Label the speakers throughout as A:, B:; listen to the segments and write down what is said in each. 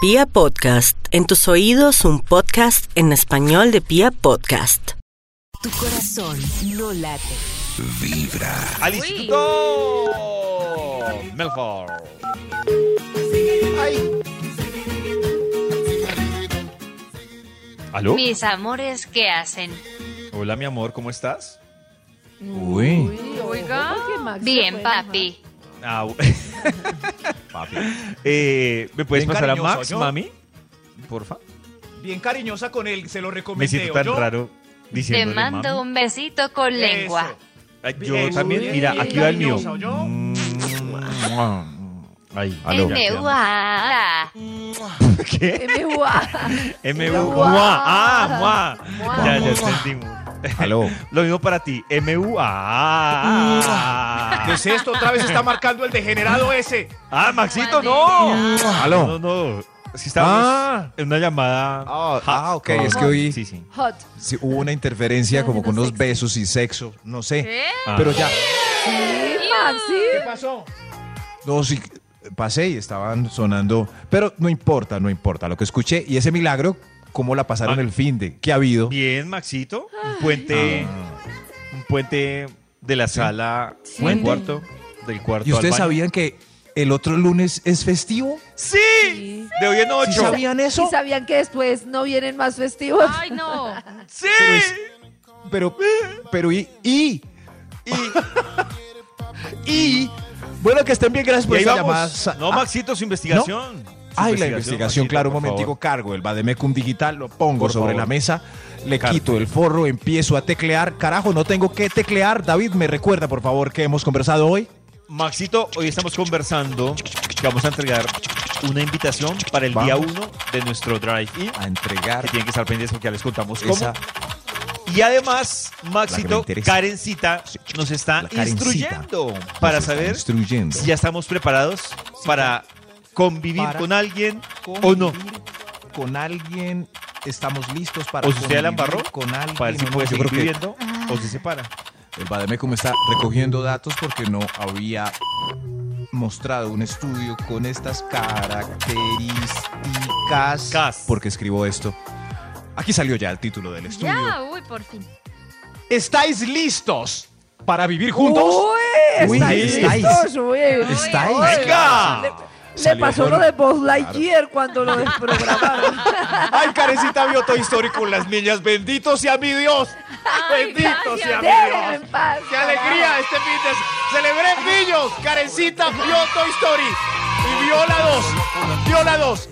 A: Pia Podcast, en tus oídos un podcast en español de Pia Podcast.
B: Tu corazón no late.
C: al Instituto Melford. ¿Aló?
D: Mis amores, ¿qué hacen?
C: Hola, mi amor, ¿cómo estás?
D: Bien, papi.
C: Ah, bu- eh, ¿Me puedes
E: Bien
C: pasar a
E: cariñoso,
C: Max,
E: ¿yo?
C: mami? Porfa.
E: Bien cariñosa con él, se lo
C: Me
E: recomendé.
C: siento tan
E: ¿oyó?
C: raro
D: Te
C: diciéndole
D: mando
C: mami.
D: un eh, besito con
E: Eso.
D: lengua.
C: Ay, Yo
E: Eso,
C: también,
E: bien,
C: mira,
E: bien
C: aquí va el mío. Mm.
E: cariñosa, ¿oyó?
C: Ay,
D: El
C: ya quedamos.
D: neuá.
C: ¿Qué? M-U-A. Ah, mua. Ya, ya entendimos.
F: Aló.
C: Lo mismo para ti. M-U-A.
E: ¿Qué es Pues esto? Otra vez está marcando el degenerado ese.
C: Ah, Maxito, no. No,
F: Aló.
C: no, no. Si estábamos
F: Ah.
C: en una llamada.
F: Ah,
C: hot.
F: ah, ok, es que hoy
C: Sí, sí.
G: Hot.
F: sí hubo una interferencia como con unos besos y sexo, no sé.
C: Ah.
F: Pero ya,
E: ¿Qué pasó?
F: no, sí, pasé y estaban sonando. Pero no importa, no importa. Lo que escuché y ese milagro, cómo la pasaron
C: Ah.
F: el fin de, ¿qué ha habido?
C: Bien, Maxito. Un puente.
F: Ah.
C: Un puente de la sala. Del cuarto. Del cuarto.
F: ¿Y ustedes
C: al baño.
F: sabían que el otro lunes es festivo?
C: ¡Sí! De hoy en
F: ¿Sí
C: ocho.
F: sabían
G: ¿Y
F: eso?
G: sabían que después no vienen más festivos?
D: Ah,
C: ¡Sí!
F: Pero, pero y, y, y, y. Bueno, que estén bien, gracias
C: Y
F: por
C: ahí
F: esa
C: vamos.
F: llamada.
C: No,
F: Ah,
C: Maxito, su investigación. Su
F: Ay, la investigación,
C: Maxito,
F: claro, un
C: por favor.
F: momentico cargo el Bademecum digital, lo pongo
C: Por
F: sobre
C: favor.
F: la mesa, le
C: Cargo.
F: quito el forro, empiezo a teclear. Carajo, no tengo que teclear. David, me recuerda, por favor, que hemos conversado hoy.
C: Maxito, hoy estamos conversando que vamos a entregar una invitación para el
F: Vamos.
C: día 1 de nuestro drive-in.
F: A
C: Que
F: entregar
C: tienen que estar pendientes porque ya les contamos cómo.
F: esa
C: Y además,
F: La que me
C: Maxito,
F: interesa.
C: Karencita
F: Sí.
C: nos está
F: La Karencita
C: instruyendo para
F: nos está
C: saber
F: instruyendo.
C: si ya estamos preparados para convivir
F: Para
C: con alguien o no.
F: Convivir Con alguien estamos listos para.
C: O si usted la
F: convivir
C: embarró,
F: con alguien.
C: Para ver si
F: o no.
C: puede
F: Yo
C: seguir
F: creo que
C: viviendo o si se para.
F: El Bademecum está recogiendo datos porque no había mostrado un estudio con estas características.
C: Cas.
F: Porque escribo esto. Aquí salió ya el título del estudio.
D: uy, por fin.
E: ¿Estáis listos para vivir
G: Uh.
E: juntos?
F: Uy,
G: Uy, estáis
F: estáis.
G: listos, uy.
F: ¿Estáis?
G: Oiga.
C: ¡Venga!
G: Le
F: Salió
G: pasó
F: solo.
G: lo de Buzz Lightyear cuando lo desprogramaron.
E: Ay, carecita vio Toy Story con las niñas. Bendito sea mi Dios. Bendito sea mi
G: Déjenme
E: Dios.
G: en paz.
E: ¡Qué alegría este fin de ¡Celebré niños! Carecita vio Toy Story y vio la 2. Vio la 2.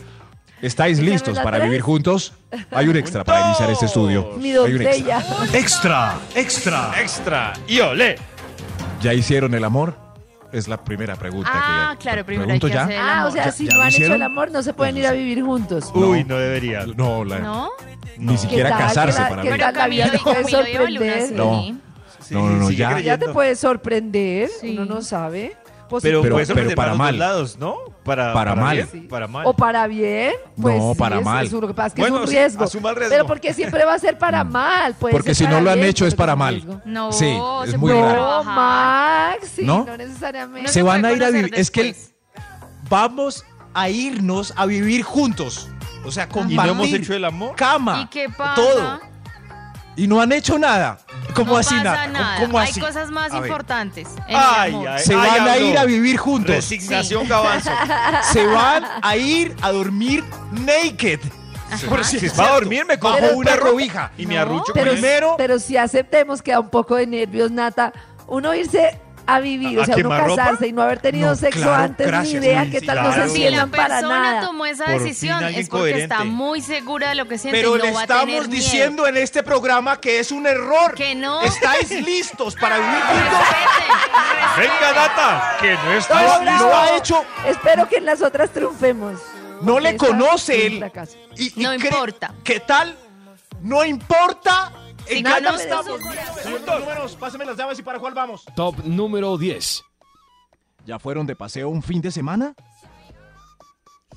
F: ¿Estáis
G: Dígame
F: listos
G: la
F: para
G: tres.
F: vivir juntos? Hay un extra para iniciar este estudio.
G: Mi
F: Hay un extra.
G: doncella.
E: Extra, extra.
C: ¡Extra! ¡Y ole!
F: ¿Ya hicieron el amor? Es la primera pregunta.
H: Ah,
F: que ya-
H: claro, primero hay
F: pregunto
H: que
F: ya.
H: hacer el
G: Ah, o
H: amor.
G: sea,
F: ¿Ya-
G: si
F: ya
G: no
F: lo
G: han hecho
F: hicieron?
G: el amor, no se pueden ir a vivir juntos.
C: Uy, no debería.
F: No, la-
H: ¿No?
F: ni siquiera
G: ¿Qué tal?
F: casarse
G: ¿Qué tal?
F: para
G: ¿Qué
F: mí.
G: tal? la vida
H: Camilo
G: te
H: dijo,
G: puede
H: "Mi novia bailó una
G: sorprender".
H: serie".
F: No.
C: Sí,
F: No, no, no,
C: sigue
F: ya.
G: Ya te
C: creyendo.
G: puede sorprender,
H: Sí.
G: uno no sabe.
C: Pero,
G: Positivo.
F: Pero-
C: puede sorprender
F: pero para
C: los dos
F: mal.
C: lados, ¿no? Para,
F: Para mal.
C: bien,
G: Sí.
C: Para mal.
G: O para bien, pues
F: No,
G: sí,
F: para
G: es-
F: mal.
G: es un- lo que pasa es que
C: Bueno,
G: es
C: sí,
G: un riesgo.
C: asuma el riesgo.
G: Pero porque siempre va a ser para mal. puede
F: Mm. Porque
G: ser
F: si
G: para
F: no lo han
G: bien,
F: hecho es
G: pero
F: para
G: un
F: mal.
G: riesgo.
H: No,
F: Sí, es
H: se
F: muy
H: puede
F: raro.
G: No,
H: trabajar.
G: Maxi,
F: ¿No?
G: no, necesariamente.
H: No
F: se
H: se
F: van a
H: puede
F: ir a vivir.
H: conocer
F: Es que el-
H: después.
F: vamos a irnos a vivir juntos. O sea,
C: ¿Y
F: compartir
C: no hemos hecho el amor?
F: cama,
H: ¿Y qué pasa?
F: Ah, todo. Y no han hecho nada. ¿Cómo
H: no
F: así
H: pasa
F: nada?
H: nada.
F: ¿Cómo
H: Hay
F: así?
H: cosas más
F: A ver.
H: importantes. en el
C: Ay,
H: amor.
C: ay.
F: Se van a
C: habló.
F: ir a vivir juntos.
C: Resignación, Gabanzo.
F: Se van a ir a dormir naked.
C: Pero si es para dormir, me cojo
F: Bajo
C: una
F: una
C: ropa
F: robija.
C: y me
H: No,
C: arrucho
G: pero,
C: con él.
F: primero-
G: pero si aceptemos que da un poco de nervios, Nata, uno irse a vivir,
C: ¿A- a
G: o sea, uno
C: quemar ropa?
G: casarse y no haber tenido
F: No,
G: sexo
F: claro,
G: antes
F: gracias,
G: ni idea
F: sí,
G: qué
F: sí,
G: tal
C: claro.
G: no se
C: Si
H: Si la
G: sientan para
H: persona
G: nada.
H: tomó esa
C: Por fin
H: decisión
C: alguien
H: es porque está
C: coherente.
H: muy segura de lo que siente
E: Pero
H: y no
E: le
H: va a tener
E: estamos
H: miedo.
E: diciendo en este programa que es un error.
H: que no.
E: ¿Estáis listos para vivir juntos?
H: Respeten,
C: Venga, Data, que no
G: Hola,
C: estás
F: no
G: bravo.
F: ha hecho-
G: Espero que en las otras triunfemos.
E: No le
G: Esa
E: conoce
G: es
E: el-
G: un fracaso.
E: Y- y
H: No
E: cre-
H: importa.
E: ¿Qué tal? No importa.
H: Si
E: ¿En
H: no
E: qué
H: nos-
E: estamos? Señor, los números, páseme las llaves y para cuál vamos.
I: Top número 10.
F: ¿Ya fueron de paseo un fin de semana?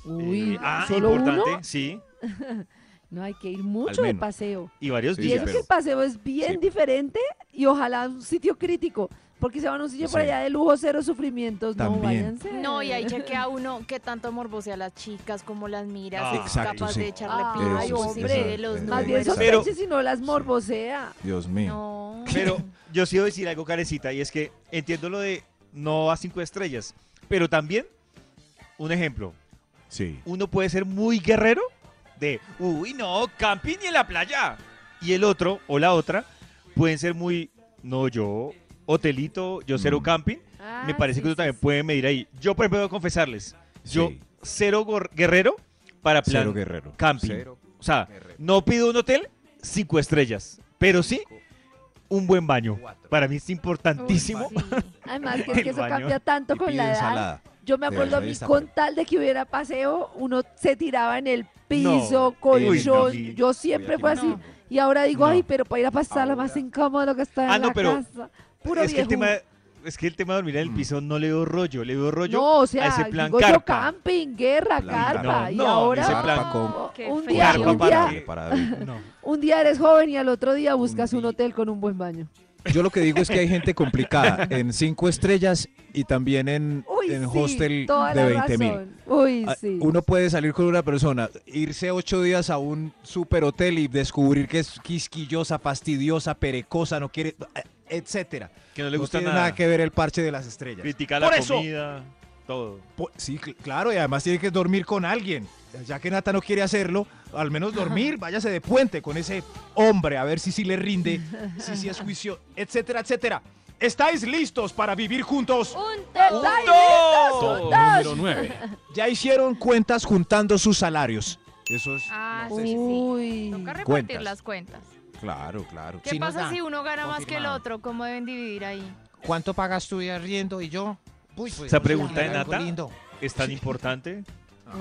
G: Uy,
C: Ah,
G: solo
C: importante,
G: uno.
C: sí.
G: No hay que ir mucho de
F: menos.
G: paseo.
C: Y varios
F: Sí,
G: Y
C: días.
G: eso que el paseo es bien diferente y ojalá un sitio crítico. Porque se van a un sitio por
F: Sí.
G: allá de lujo, cero sufrimientos. No,
F: También.
G: váyanse.
H: No, y ahí chequea uno qué tanto morbosea a las chicas, cómo las miras,
C: Ah,
H: si es
F: exacto,
H: capaz
F: sí.
H: de echarle
G: Ay,
H: pico, si
G: hombre.
H: sirve de los
F: Más
G: Más bien
H: números.
F: Exacto.
C: Pero-
G: sospeche si no las morbosea.
F: Dios mío.
H: No.
C: Pero yo sí voy a decir algo, carecita, y es que entiendo lo de no a cinco estrellas, pero también, un ejemplo,
F: Sí.
C: uno puede ser muy guerrero de, uy, no, camping y en la playa. Y el otro o la otra pueden ser muy, no, yo, hotelito, yo cero
F: Mm.
C: camping.
H: Ah,
G: Ah,
C: Me parece que uno también puede medir ahí. Yo, por ejemplo, debo confesarles, yo
F: Sí.
C: cero gor- guerrero para plan
F: Cero guerrero.
C: camping.
F: Cero
C: o sea,
F: guerrero.
C: no pido un hotel cinco estrellas, pero sí un buen baño. Para mí es importantísimo.
H: Uy, sí.
G: Además, que, es que
C: El
G: eso
C: baño.
G: cambia tanto
F: Y
G: con
F: pide
G: la edad.
F: ensalada.
G: Yo me
F: De
G: acuerdo, a
F: verdad,
G: mí,
F: está
G: con
F: feo.
G: tal de que hubiera paseo, uno se tiraba en el piso, colchón.
C: uy, no.
G: yo siempre
F: Uy,
G: fue
F: aquí
G: así.
H: no.
G: Y ahora digo,
C: No.
G: ay, pero para ir a pasarla más
F: Ahora.
G: incómodo que estar
C: Ah,
G: en
C: no,
G: la
C: pero
G: casa. Puro
C: es que el tema
G: viejo.
C: es que el tema de dormir en
F: Mm.
C: el piso no le veo rollo, le veo rollo
G: No, o
C: a
G: sea,
C: ese plan
G: digo yo
C: carpa.
G: camping, guerra,
F: Plan
G: carpa.
C: carpa.
G: Y
C: No,
G: ahora,
C: ese plan-
G: oh,
H: Qué
G: un
H: feo.
G: día,
C: Carpa
G: un,
C: para
G: día,
F: para David.
C: No.
G: un día eres joven y al otro día buscas
F: Un
G: un
F: día.
G: hotel con un buen baño.
F: Yo lo que digo es que hay gente complicada en cinco estrellas y también en,
G: Uy,
F: en
G: sí,
F: hostel
G: toda
F: de
G: la
F: 20 mil.
G: razón. Uy,
F: Ah,
G: sí.
F: Uno puede salir con una persona, irse ocho días a un super hotel y descubrir que es quisquillosa, fastidiosa, perecosa, no quiere, eh, etcétera.
C: que no le gusta
F: tiene
C: nada.
F: nada. que ver el parche de las estrellas.
C: Critica la
E: Por eso.
C: comida, todo.
F: Po- Sí, cl- claro, y además tiene que dormir con alguien. Ya que Nata no quiere hacerlo, al menos dormir, váyase de puente con ese hombre, a ver si sí le rinde, si sí es juicio, etcétera, etcétera. ¿Estáis listos para vivir
H: Oh.
F: juntos?
D: Un
G: ¡Ay,
C: ¡No!
G: Dos.
I: 9.
F: Ya hicieron cuentas juntando sus salarios. Eso es...
H: Ah, sí, sí, sí.
G: Uy.
H: Toca repartir
F: Cuentas.
H: las cuentas.
F: Claro, claro.
H: ¿Qué pasa si uno gana más que el otro? ¿Cómo deben dividir ahí?
J: ¿Cuánto pagas tú de arriendo y yo? Uy, pues,
C: Esa pregunta de
J: algo
C: Nata
J: lindo.
C: es tan importante.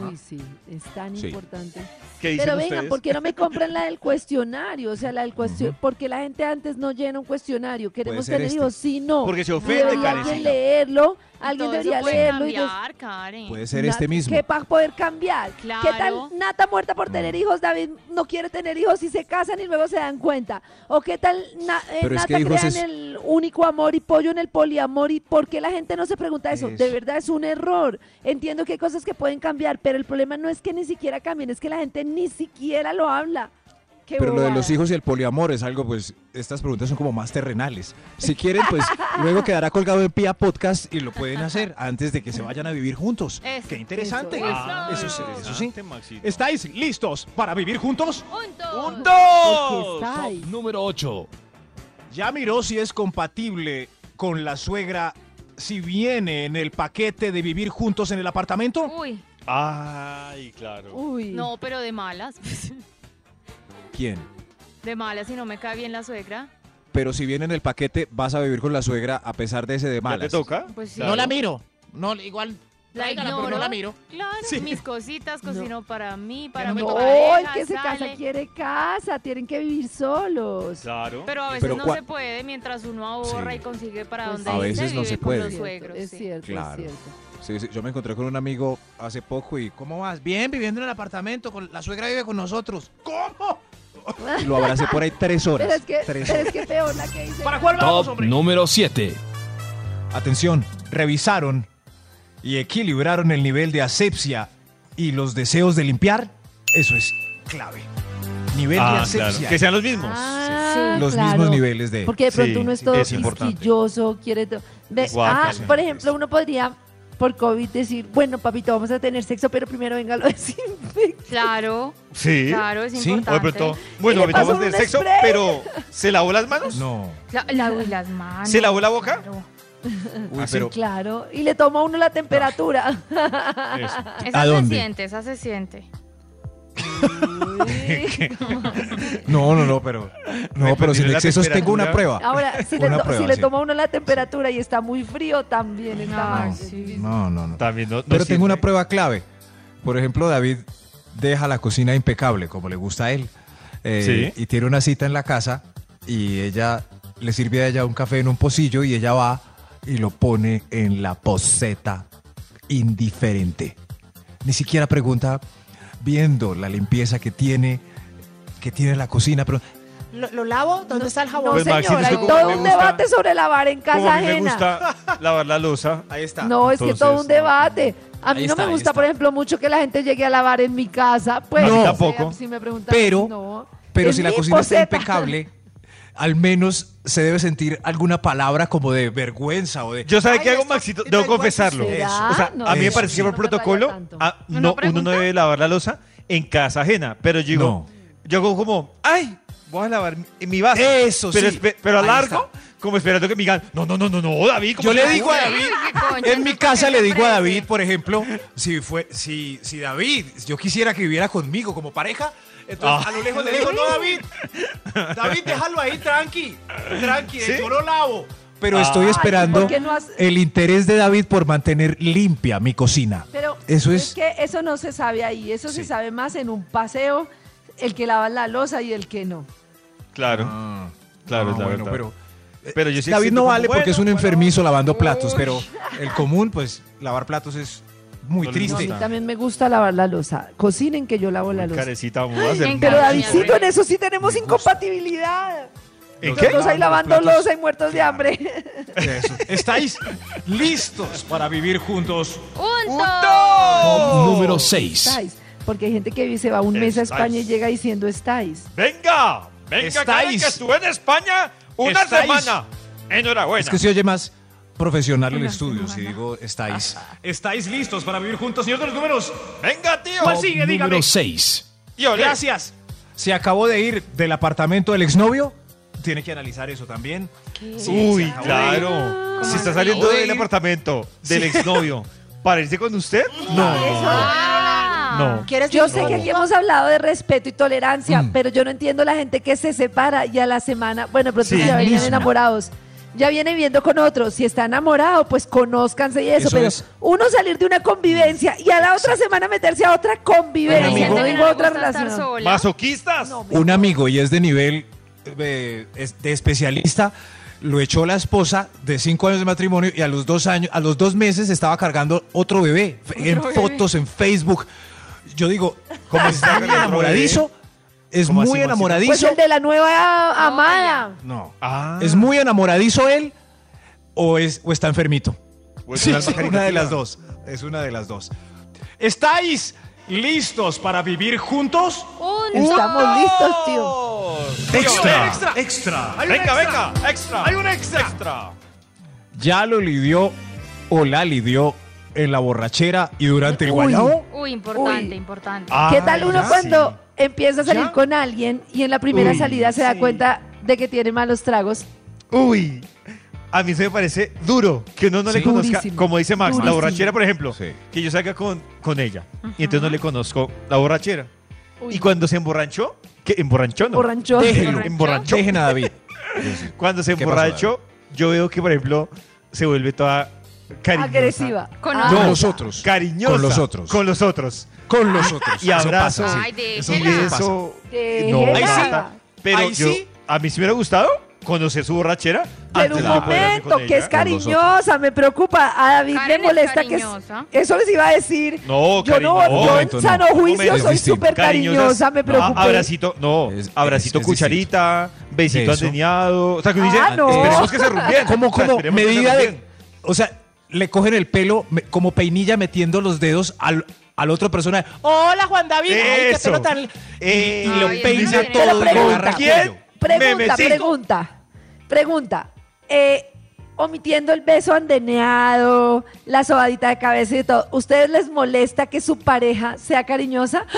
G: Uy, sí, es tan
F: Sí.
G: importante.
C: ¿Qué dicen
G: Pero
C: ustedes?
G: vengan, ¿por qué no me compran la del cuestionario? O sea, la del cuestionario. Porque la gente antes no llena un cuestionario. Queremos
F: ser
G: tener
F: este.
G: hijos, sí, no.
C: Porque se ofende,
G: Debería
C: Karencita.
G: alguien leerlo, alguien
H: Todo eso
G: debería
H: puede
G: leerlo y des-
H: cambiar, Karen.
F: Puede ser
G: Na-
F: este mismo.
G: Que para poder cambiar. ¿Qué
H: Claro.
G: tal Nata muerta por tener hijos? David no quiere tener hijos y se casan y luego se dan cuenta. ¿O qué tal Na- eh,
F: Pero es
G: Nata
F: que hijos
G: crea
F: es-
G: en el único amor y pollo en el poliamor? ¿Y por qué la gente no se pregunta eso?
F: Eso.
G: De verdad es un error. Entiendo que hay cosas que pueden cambiar, pero el problema no es que ni siquiera cambien, es que la gente ni siquiera lo habla. Qué
F: Pero lo de los
G: bobada.
F: hijos y el poliamor es algo, pues, estas preguntas son como más terrenales. Si quieren, pues, luego quedará colgado en Pia Podcast y lo pueden hacer antes de que se vayan a vivir juntos.
H: Eso,
F: ¡Qué interesante!
G: eso,
C: Ah,
F: Eso sí, eso sí.
C: interesante, Maxito.
F: ¿Estáis listos para vivir juntos?
D: Un dos.
C: ¡Un dos!
G: Porque está ahí.
I: Número 8.
F: Ya miró si es compatible con la suegra si viene en el paquete de vivir juntos en el apartamento.
H: Uy,
C: Ay, claro.
G: Uy.
H: no, pero de malas.
F: ¿Quién?
H: De malas, si no me cae bien la suegra.
F: Pero si viene en el paquete, vas a vivir con la suegra a pesar de ese de
C: ¿Ya te
F: malas.
C: toca?
H: Pues sí.
C: Claro.
J: No la miro. No, igual.
H: La
J: tráigala, pero
H: ignoro.
J: no la miro.
H: Claro,
F: Sí.
H: mis cositas, cocino para mí, para
J: no
H: mi
J: me
G: No,
H: pareja,
G: el que se casa
H: sale.
G: quiere casa, tienen que vivir solos.
C: Claro.
H: Pero a veces
F: Eh, Pero
H: no
F: cua-
H: se puede mientras uno ahorra
F: Sí.
H: y consigue para
G: Pues
H: donde
G: sí.
H: irse,
G: A
F: veces no
H: vive
F: se
H: con
F: puede.
H: los suegros.
G: es
H: sí.
G: cierto,
F: Claro.
G: es cierto.
F: Sí, sí, yo me encontré con un amigo hace poco y
J: ¿Cómo vas? Bien, viviendo en el apartamento. Con, la suegra vive con nosotros.
F: ¿Cómo? Y lo abracé por ahí tres horas.
G: Pero es que,
F: Tres
G: pero es que peor la que dice.
E: ¿Para cuál vamos,
I: Top
E: hombre?
I: número 7.
F: horas. Atención, revisaron y equilibraron el nivel de asepsia y los deseos de limpiar. Eso es clave. Nivel de
C: Ah, claro.
F: asepsia.
C: Que sean los mismos.
G: Ah,
F: Los
G: claro.
F: mismos niveles de...
G: Porque de
C: Sí,
G: pronto uno es todo
C: es importante.
G: quisquilloso, quiere todo. Ve-
C: Guácala.
G: ah, por ejemplo, uno podría por COVID decir, bueno, papito, vamos a tener sexo, pero primero venga lo desinfecta.
H: Claro,
C: Sí.
H: claro, es
F: Sí.
C: O de
H: importante.
C: pronto, bueno,
G: ¿Qué le
C: ahorita
G: pasó
C: vamos a tener
G: con un
C: sexo,
G: spray?
C: pero ¿se lavó las manos?
F: No.
H: La- la- uy, las manos.
C: ¿Se lavó la boca?
H: claro.
F: Uy,
C: Así.
F: pero
G: Claro, y le toma a uno la temperatura.
C: Eso.
H: Esa
F: ¿A
H: se
F: dónde?
H: siente, esa se siente.
F: no, no, no, pero no, pero sin
C: la
F: excesos tengo una
C: temperatura.
F: prueba.
G: Ahora, si le,
F: Una
G: to-
F: prueba,
G: si le
F: sí.
G: toma a uno la temperatura y está muy frío, también está
H: No,
G: mal.
H: sí.
F: No, no, no.
C: También no, no
F: Pero tengo una
C: sirve.
F: prueba clave. Por ejemplo, David deja la cocina impecable, como le gusta a él. Eh, Y tiene una cita en la casa y ella le sirve a ella un café en un pocillo y ella va y lo pone en la poseta indiferente. Ni siquiera pregunta, viendo la limpieza que tiene, que tiene la cocina, pero
I: ¿Lo, lo lavo? ¿Dónde está el jabón?
G: No,
C: Pues, Maxi,
G: señora, hay
C: ¿usted cómo
G: todo
C: le
G: un
C: gusta?
G: debate sobre lavar en
C: Como
G: casa
C: a mí me
G: ajena.
C: gusta lavar la losa.
E: Ahí está.
G: No, es que todo
C: Entonces,
G: un debate. A mí
E: ahí
G: no
E: está,
G: me
E: ahí
G: gusta,
E: está.
G: por ejemplo, mucho que la gente llegue a lavar en mi casa. Pues,
C: No,
G: o sea,
C: tampoco.
G: Si me preguntan,
F: Pero-
G: no.
F: Pero
G: En
F: si la
G: mi
F: cocina está
G: poceta.
F: impecable, al menos se debe sentir alguna palabra como de vergüenza o de...
C: Yo sabe qué
J: Ay,
C: hago,
J: esto-
C: Maxito,
J: qué
C: debo
J: vergüenza
C: confesarlo.
G: será.
F: Eso.
C: O sea,
G: No,
C: a mí me
F: eso
C: parece que
F: sí.
C: por
G: No me raya
C: protocolo
G: tanto.
C: ah,
D: ¿Una
C: no, uno no
D: pregunta?
C: debe lavar la losa en casa ajena, pero yo digo,
F: No.
C: yo hago como, ay, voy a lavar mi- mi vaso.
F: Eso
C: pero
F: sí.
C: espe- pero
F: Ahí
C: largo, como esperando que me digan, no, no, no, no, no, David. ¿cómo
F: Yo
C: te
F: le digo a
C: ocurre?"
F: David,
D: Uy, qué concha,
F: en mi
D: ¿por
F: casa
D: qué
F: le digo a
D: ofrece?
F: David, por ejemplo, si fue, si, si David, yo quisiera que viviera conmigo como pareja, entonces
C: Ah.
F: a lo lejos
E: Le
F: le digo,
E: digo, no, David. David, déjalo ahí, tranqui. Tranqui,
C: ¿Sí?
E: yo lo lavo.
F: pero
C: Ah.
F: estoy
G: Ay,
F: esperando
G: ¿por qué no has-
F: el interés de David por mantener limpia mi cocina.
G: Pero
F: Eso es-
G: que eso no se sabe ahí. Eso se
F: Sí.
G: sabe más en un paseo, el que lava la losa y el que no.
C: Claro,
F: Ah,
C: claro, es
F: ah,
C: la
F: bueno,
C: verdad.
F: pero eh,
C: Pero yo sí
F: David
C: siento
F: no
C: como,
F: vale porque es un
C: bueno,
F: enfermizo lavando platos, pero el común, pues lavar platos es muy
C: No le
G: No, a
F: triste.
G: mí
C: Está.
G: también me gusta lavar la losa. Cocinen que yo lavo la
C: Uy,
G: losa.
C: Carecita, vamos a hacer
D: me
G: Pero
D: encanta.
C: mal.
G: Davidcito, en eso sí tenemos
F: Me gusta.
G: incompatibilidad.
C: ¿En qué?
G: Nosotros ahí lavando losa y muertos de hambre.
F: Eso. Estáis listos para vivir juntos.
D: ¡Juntos!
K: número 6.
G: Estáis. Porque hay gente que se va un mes a
C: Estáis.
G: España y llega diciendo estáis.
C: Venga, venga, cara, que
F: Estáis.
C: estuve en España una
F: Estáis.
C: semana. Enhorabuena.
F: Es que se oye más profesional el estudio, si digo estáis.
E: ¿Estáis listos para vivir juntos, señor de los números?
C: Venga, tío.
E: ¿Cuál Pues sigue? Dígame.
K: Número 6.
C: Y olé.
E: Gracias.
F: Se acabó de ir del apartamento del exnovio. Tiene que analizar eso también.
C: Uy, claro. Si está saliendo
F: Acabo de
C: del
F: ir.
C: apartamento del exnovio para irse con usted,
D: Ah.
C: no.
I: ¿Quieres
G: Yo
I: decir
G: sé que
I: algo?
G: aquí hemos hablado de respeto y tolerancia,
C: Mm.
G: pero yo no entiendo la gente que se separa y a la semana, bueno, de pronto
C: Sí,
G: ya vienen
K: misma.
G: enamorados. Ya vienen viendo con otros, si está enamorado, pues conózcanse y eso,
F: Eso
G: pero
F: es.
G: uno salir de una convivencia y a la otra semana meterse a otra convivencia,
D: Hay gente
G: no
D: que
G: digo
D: no le
G: otra
D: gusta estar
G: relación.
D: sola.
C: Masoquistas.
F: Un amigo y es de nivel eh, es- de especialista. Lo echó la esposa de cinco años de matrimonio y a los dos años, a los dos meses estaba cargando otro bebé en fotos, en Facebook. Yo digo, como está muy enamoradizo, es
C: ¿Cómo así,
F: muy
C: Maxito?
G: Pues
F: enamoradizo.
G: el de la nueva amada.
F: No.
C: Ah.
F: ¿Es muy enamoradizo él o, es, o está enfermito?
C: Pues
F: Sí,
C: una
F: sí,
C: alternativa.
F: una de las dos. Es una de las dos.
E: ¿Estáis listos para vivir juntos?
D: ¡Juntos!
G: Estamos listos, tío.
E: Extra,
K: Extra. Extra.
E: Hay un
C: Venga,
E: extra.
C: venga, extra.
E: Hay un extra.
C: extra.
F: Ya lo lidió o la lidió en la borrachera y durante el guayabo.
D: Uy, importante,
G: Uy.
D: importante.
G: ¿Qué tal uno
C: Ah, ya,
G: cuando
C: sí.
G: empieza a salir
C: ¿Ya?
G: con alguien y en la primera
C: Uy,
G: salida se da cuenta de que tiene malos tragos?
C: Uy. A mí eso me parece duro que uno no le
F: Sí.
C: conozca,
G: Durísimo.
C: como dice Max, la
G: Durísimo.
C: borrachera, por ejemplo,
F: Sí.
C: que yo salga con, con ella y entonces no le conozco la borrachera. Y cuando se emborrachó, que emborranchó no.
G: Borranchón.
F: Déjelo.
C: Emborranchó.
F: Dejen a David.
C: Cuando se
F: ¿Qué pasó,
C: emborrachó, yo veo que, por ejemplo, se vuelve toda cariñosa.
G: Agresiva.
D: Con
G: Ah,
F: Con
D: No.
F: los otros.
C: Cariñosa.
F: Con los otros.
C: Con los otros.
F: Con los otros.
C: Y abrazo.
F: Eso pasa, sí.
D: Ay, de
F: Eso
C: Y
F: sí
D: Déjela.
F: pasa.
C: eso. No,
G: Déjela.
C: me mata. Pero
E: Ahí
C: yo,
E: sí.
C: a mí sí me hubiera gustado conocer su borrachera.
G: Pero
C: antes
G: un
C: de yo poderme
G: momento,
C: con
G: que
C: ella.
G: es cariñosa, me preocupa. A David
D: Karen
G: le molesta
D: es
G: que es-
D: cariñosa.
G: eso les iba a decir.
C: No,
G: yo
C: cariño-
G: no, yo
C: no,
G: en
F: momento, no.
G: sano juicio
C: Momento,
F: es
G: soy
F: distinto.
G: súper cariñosa, me
C: no,
G: preocupa.
C: abracito, no,
F: Es-
C: abracito
F: es- es
C: cucharita, besito
F: Eso.
C: andeñado. O sea, que uno
G: Ah,
C: dice,
G: no.
C: esperemos que se rumbien.
F: Como,
C: O sea,
F: como
C: esperemos que se
F: medida de.
C: rumbien.
F: O sea, le cogen el pelo me- como peinilla metiendo los dedos al, al otro personaje. Hola, Juan David. Ay, qué
C: Eso.
F: pelo tan-
C: Eh,
F: Y lo
D: Ay,
F: peina
D: Dios mío.
F: todo.
G: Pero
F: y lo
G: pregunta,
F: agarra el cuello.
C: Me
G: Pregunta,
C: metí.
G: pregunta, pregunta. Eh, omitiendo el beso andeneado, la sobadita de cabeza y de todo, ¿ustedes les molesta que su pareja sea cariñosa?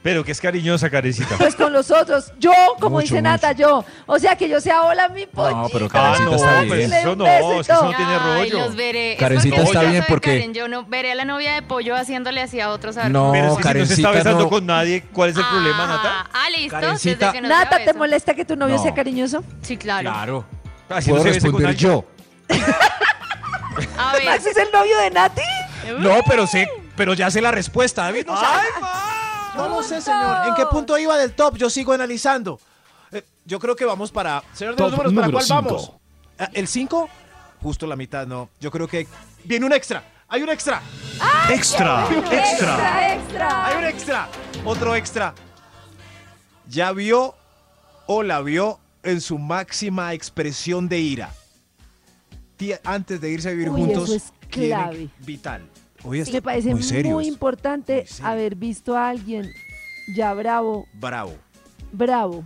C: Pero que es cariñosa, carecita.
G: Pues con los otros. Yo, como
F: Mucho,
G: dice Nata, yo. O sea, que yo sea, hola, mi pollito.
F: pero
C: Ah, no,
F: Karencita está
C: pues
F: bien.
C: eso
G: Un beso y
C: no, es que eso
G: todo.
C: no tiene
D: Ay,
C: rollo.
D: los veré. Es
F: Karencita
D: porque
F: está
D: yo
F: bien
D: soy
F: porque-
D: Karen, yo no veré a la novia de pollo haciéndole así a otros. a-
F: No,
C: Pero es que si no se está
F: Karencita
C: besando
F: no.
C: con nadie, ¿cuál es el
D: Ah,
C: problema, Nata?
D: Ah, listo.
F: Karencita-
D: Desde que no
G: Nata,
D: sea
G: ¿te
D: beso.
G: molesta que tu novio
F: No.
G: sea cariñoso?
D: Sí, claro.
F: Claro.
C: Así Ah, no
F: Puedo
C: se bese con
F: responder
C: alguien.
F: yo.
D: A ver.
G: ¿Max es el novio de Nati?
F: No, pero sé, pero ya sé la respuesta, David. No sabe.
I: No lo sé, señor. ¿En qué punto iba del top? Yo sigo analizando. Eh, yo creo que vamos para. Señor de los
K: Top
I: números, ¿para
K: número
I: cuál
K: cinco.
I: vamos? Ah, ¿El 5? Justo la mitad, no. Yo creo que. Viene un extra. Hay un extra.
K: Extra. Extra.
G: extra.
I: Hay un extra. Otro extra. Ya vio
F: o la vio en su máxima expresión de ira. Tie- antes de irse a vivir
G: Uy,
F: juntos,
G: eso es
F: tiene-
G: clave.
F: vital. Hoy
G: Me parece
F: muy
G: muy,
F: serios.
G: importante haber visto a alguien ya bravo,
F: Bravo.
G: bravo.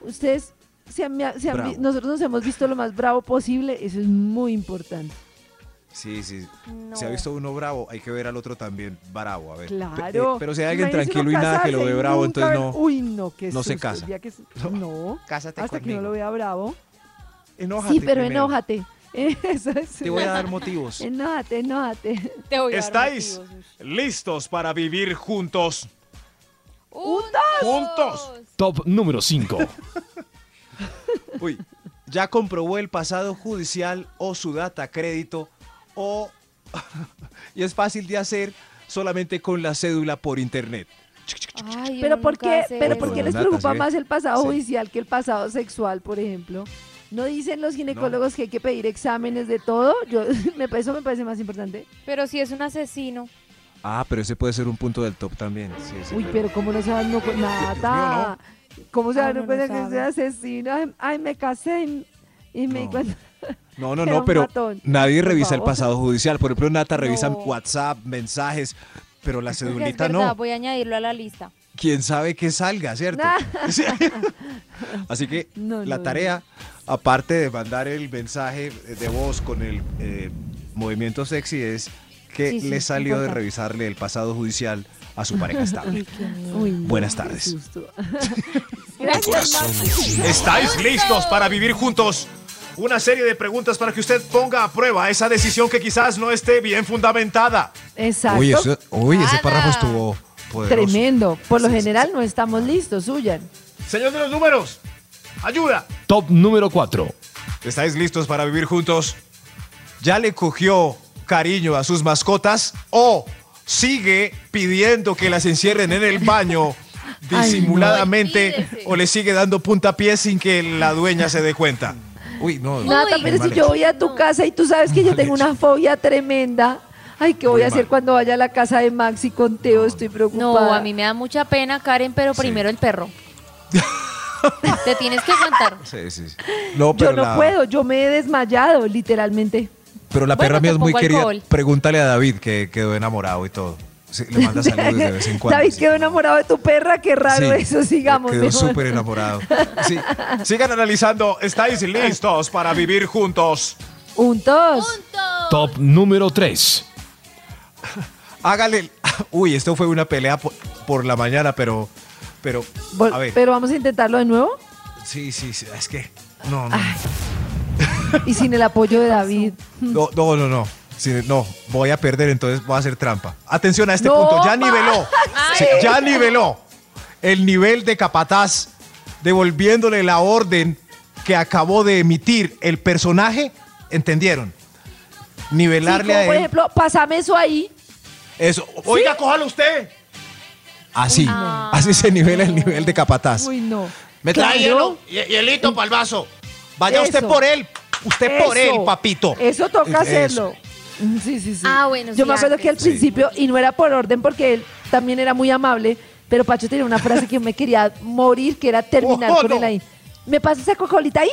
G: Ustedes, se han- me ha- se han vi-
F: Bravo.
G: nosotros nos hemos visto lo más bravo posible, eso es muy importante.
F: Sí, sí.
G: No.
F: Si ha visto uno bravo, hay que ver al otro también bravo. A ver.
G: Claro.
F: Pe- eh, pero si hay alguien
G: Imagínese
F: tranquilo y
G: uno
F: nada que lo
G: casarse
F: ve
G: y
F: bravo,
G: nunca
F: entonces
G: ver-
F: no.
G: Uy, no, qué
F: no se
G: susto, el
F: casa.
G: día que se- no. Hasta que no
F: conmigo.
G: lo vea bravo.
F: Enójate
G: sí, pero
F: primero.
G: enójate. Eso es-
F: Te voy a dar motivos.
G: Enójate, enójate.
F: ¿Estáis listos para vivir juntos? ¡Juntos!
E: Top número 5.
F: Uy, ¿ya comprobó el pasado judicial o su data crédito? O. y es fácil de hacer solamente con la cédula por internet.
G: Pero ¿por qué, pero ¿por
F: eso.
G: qué les
F: Natas,
G: preocupa
F: ¿eh?
G: más el pasado
F: Sí.
G: judicial que el pasado sexual, por ejemplo? ¿No dicen los ginecólogos que hay que pedir exámenes de todo? Yo, me, eso me parece más importante.
D: Pero si es un asesino.
F: Ah, pero ese puede ser un punto del top también. Sí, sí,
G: Uy,
F: pero-
G: pero ¿cómo no se dan no, nada? ¿Cómo se
D: Ah,
G: dan
D: uno no
G: cuenta que soy
D: sabe.
G: asesino? Ay, ay, me casé y, y me di cuenta.
F: No, no,
G: Era
F: no,
G: un
F: pero
G: matón.
F: nadie
G: Por
F: revisa el
G: favor.
F: pasado judicial. Por ejemplo, Nata revisa
D: No.
F: WhatsApp, mensajes, pero la
D: Porque es
F: cedulita
D: verdad,
F: no.
D: voy a añadirlo a la lista.
F: Quién sabe que salga, ¿cierto? Sí. Así que
D: No,
F: la
D: no,
F: tarea, aparte de mandar el mensaje de voz con el eh, movimiento sexy, es que
G: Sí, sí,
F: le salió de
G: importante.
F: revisarle el pasado judicial a su pareja estable. Buenas tardes.
G: Gracias,
L: ¿Estáis listos para vivir juntos? Una serie de preguntas para que usted ponga a prueba esa decisión que quizás no esté bien fundamentada.
G: Exacto.
M: Uy, eso- uy, ese párrafo estuvo poderoso.
G: Tremendo. Por lo general no estamos listos, huyan.
L: Señor de los números, ayuda.
E: Top número 4.
F: ¿Estáis listos para vivir juntos? ¿Ya le cogió cariño a sus mascotas o sigue pidiendo que las encierren en el baño disimuladamente o le sigue dando puntapié sin que la dueña se dé cuenta?
M: Uy, no.
G: Nada, pero si yo voy a tu casa y tú sabes que yo tengo una fobia tremenda. Ay, ¿qué voy a hacer cuando vaya a la casa de Maxi con Teo? Estoy
D: No,
G: preocupada.
D: a mí me da mucha pena, Karen, pero primero el perro. Te tienes que aguantar.
F: Sí, sí. sí. No, pero
G: yo no
F: la,
G: puedo, yo me he desmayado, literalmente.
F: Pero la
G: Bueno,
F: perra
G: te
F: mía es muy
G: pongo
F: querida.
G: alcohol.
F: Pregúntale a David que quedó enamorado y todo. Sí, le manda saludos de vez en cuando.
G: David
F: sí.
G: quedó enamorado de tu perra, qué raro
F: Sí,
G: eso, sigamos.
F: Quedó
G: mejor.
F: súper enamorado.
L: Sí. Sigan analizando. ¿Estáis listos para vivir juntos?
G: Juntos.
E: Top número 3.
F: Hágale. Uy, esto fue una pelea por, por la mañana, pero. Pero.
G: Vol-
F: A ver.
G: Pero vamos a intentarlo de nuevo
F: Sí, sí, sí. Es que. No, no.
G: y sin el apoyo de David.
F: No, no, no. no. Sí, no, voy a perder, entonces voy a hacer trampa. Atención a este
G: No,
F: punto. Ya
G: Max.
F: niveló. Sí,
G: Ay.
F: ya niveló el nivel de capataz, devolviéndole la orden que acabó de emitir el personaje. ¿Entendieron?
G: Sí,
F: Nivelarle
G: como
F: a
G: por
F: él.
G: ejemplo, pásame eso ahí.
F: Eso.
L: Oiga, cójalo usted.
F: Así. Así se nivela el nivel de capataz.
G: Uy, no.
F: Me
L: Trae
F: trae
L: hielo, hie- hielito para el vaso.
F: Vaya usted
G: Eso.
F: por él. Usted por él,
G: Eso.
F: papito.
G: Eso toca
F: Eso.
G: hacerlo. Mm, Sí, sí, sí.
D: Ah, bueno,
G: Yo
D: sí,
G: me acuerdo que al
F: Sí.
G: principio, y no era por orden porque él también era muy amable, pero Pacho tenía una frase que yo me quería morir, que era terminar
F: Oh,
L: Ojo,
G: con
L: no.
G: él ahí. ¿Me pasa esa cocolita ahí?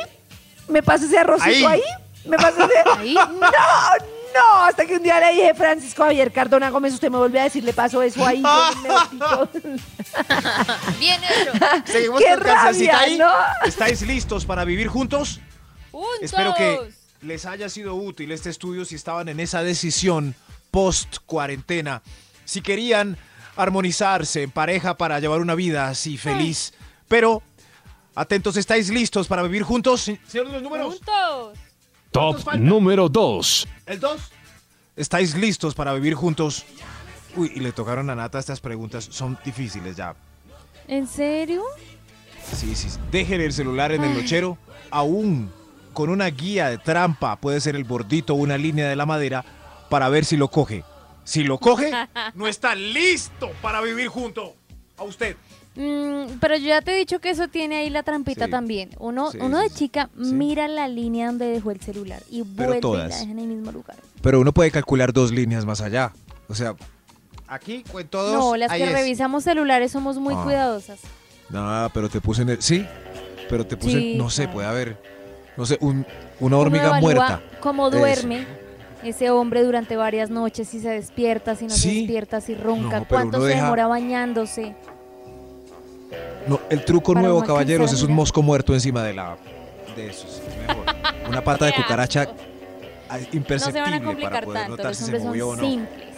G: ¿Me pasa ese
L: Ahí.
G: arrocito ahí? ¿Me pasa ese...? ¡No! ¡No! Hasta que un día le dije, Francisco Javier Cardona Gómez, usted me volvió a decir, le paso eso ahí.
D: Bien
L: Seguimos
G: ¡Qué
L: con Cancioncita
G: rabia,
L: ahí.
G: no!
F: ¿Estáis listos para vivir juntos?
D: ¡Juntos!
F: Espero que les haya sido útil este estudio si estaban en esa decisión post cuarentena. Si querían armonizarse en pareja para llevar una vida así feliz. Pero, atentos, ¿estáis listos para vivir juntos? Se- Señor de los números,
D: ¡Juntos!
E: Top número 2.
L: el 2.
F: ¿estáis listos para vivir juntos? Uy, y le tocaron a Nata estas preguntas. Son difíciles ya.
D: ¿En serio?
F: Sí, sí. sí. Dejen el celular en el nochero. Aún con una guía de trampa, puede ser el bordito o una línea de la madera, para ver si lo coge. Si lo coge,
L: No está listo para vivir junto a usted.
D: Mm, pero yo ya te he dicho que eso tiene ahí la trampita
F: Sí.
D: también. Uno,
F: Sí,
D: uno
F: sí,
D: de
F: sí.
D: chica
F: Sí.
D: mira la línea donde dejó el celular y vuelve y la
F: todas.
D: deja en el mismo lugar.
F: Pero uno puede calcular dos líneas más allá. O sea, aquí con todos.
D: no, las
F: ahí
D: que
F: es.
D: revisamos celulares somos muy
F: Ah.
D: cuidadosas.
F: No, pero te puse en el. Sí, pero te puse,
N: Sí,
F: no sé,
N: claro.
F: puede haber, no sé, un- una
N: Uno
F: hormiga
N: evalúa
F: muerta.
N: Cómo
F: Eso.
N: duerme ese hombre durante varias noches, si se despierta, si no se
F: Sí.
N: despierta, si ronca,
F: No, pero
N: cuánto
F: uno
N: se
F: deja-
N: demora bañándose.
F: No, el truco
N: Para
F: nuevo,
N: uno alcanzar
F: caballeros,
N: a
F: es un
N: mirar.
F: mosco muerto encima de la de esos. es mejor. Una pata de cucaracha ah,
N: No se van a
F: imperceptible para
N: complicar
F: poder
N: tanto,
F: notar
N: los
F: si se
N: hombres son
F: movió o no.
N: simples.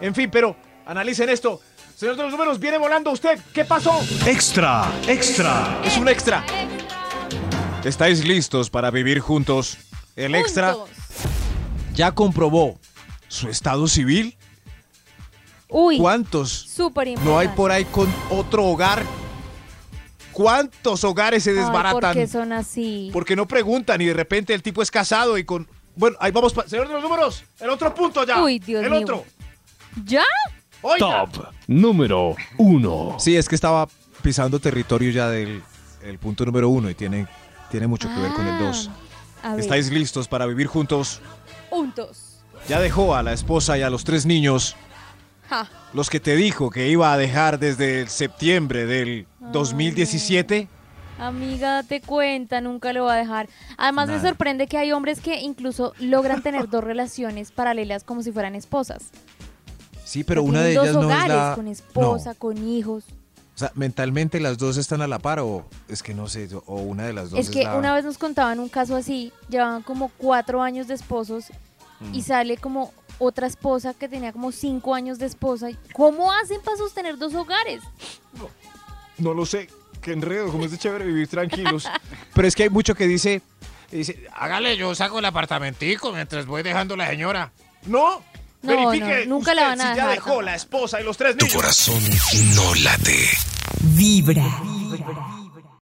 E: En fin, pero analicen esto. Señor de los números, viene volando usted. ¿Qué pasó?
I: Extra, extra.
E: Es un extra.
I: ¿Estáis listos para vivir juntos? El extra ya comprobó su estado civil.
N: Uy,
I: ¿Cuántos
N: súper
I: no hay
N: importante.
I: por ahí con otro hogar? ¿Cuántos hogares se
N: Ay, ¿Por
I: desbaratan?
N: qué son así?
I: Porque no preguntan y de repente el tipo es casado y con... Bueno, ahí vamos. pa- Señor de los números, el otro punto ya.
N: Uy, Dios
I: el
N: mío.
I: otro.
N: ¿Ya?
I: Oiga.
K: Top número uno.
F: Sí, es que estaba pisando territorio ya del el punto número uno y tiene, tiene mucho que ver con el dos.
N: Ah, A ver,
I: ¿Estáis listos para vivir juntos?
N: juntos.
I: Ya dejó a la esposa y a los tres niños,
N: Ja.
I: los que te dijo que iba a dejar desde el septiembre del 2017.
N: Amiga, date cuenta, nunca lo va a dejar. Además, me sorprende que hay hombres que incluso logran tener dos relaciones paralelas como si fueran esposas.
F: Sí, pero
N: Que
F: una de
N: tienen
F: ellas
N: dos
F: no es
N: hogares,
F: la...
N: con
F: no.
N: esposa, con hijos.
F: O sea, mentalmente las dos están a la par o es que no sé, o una de las dos
N: es que
F: la-
N: una vez nos contaban un caso así, llevaban como cuatro años de esposos y sale como otra esposa que tenía como cinco años de esposa. ¿Cómo hacen para sostener dos hogares?
I: No lo sé, qué enredo, como es de chévere vivir tranquilos. pero es que hay mucho que dice, dice,
J: Hágale, yo saco el apartamentico mientras voy dejando la señora.
E: No.
N: No,
E: Verifique
N: no, nunca la
E: usted
N: van a
E: si ya
N: dejar,
E: dejó la esposa y los tres niños.
O: corazón no late. Vibra.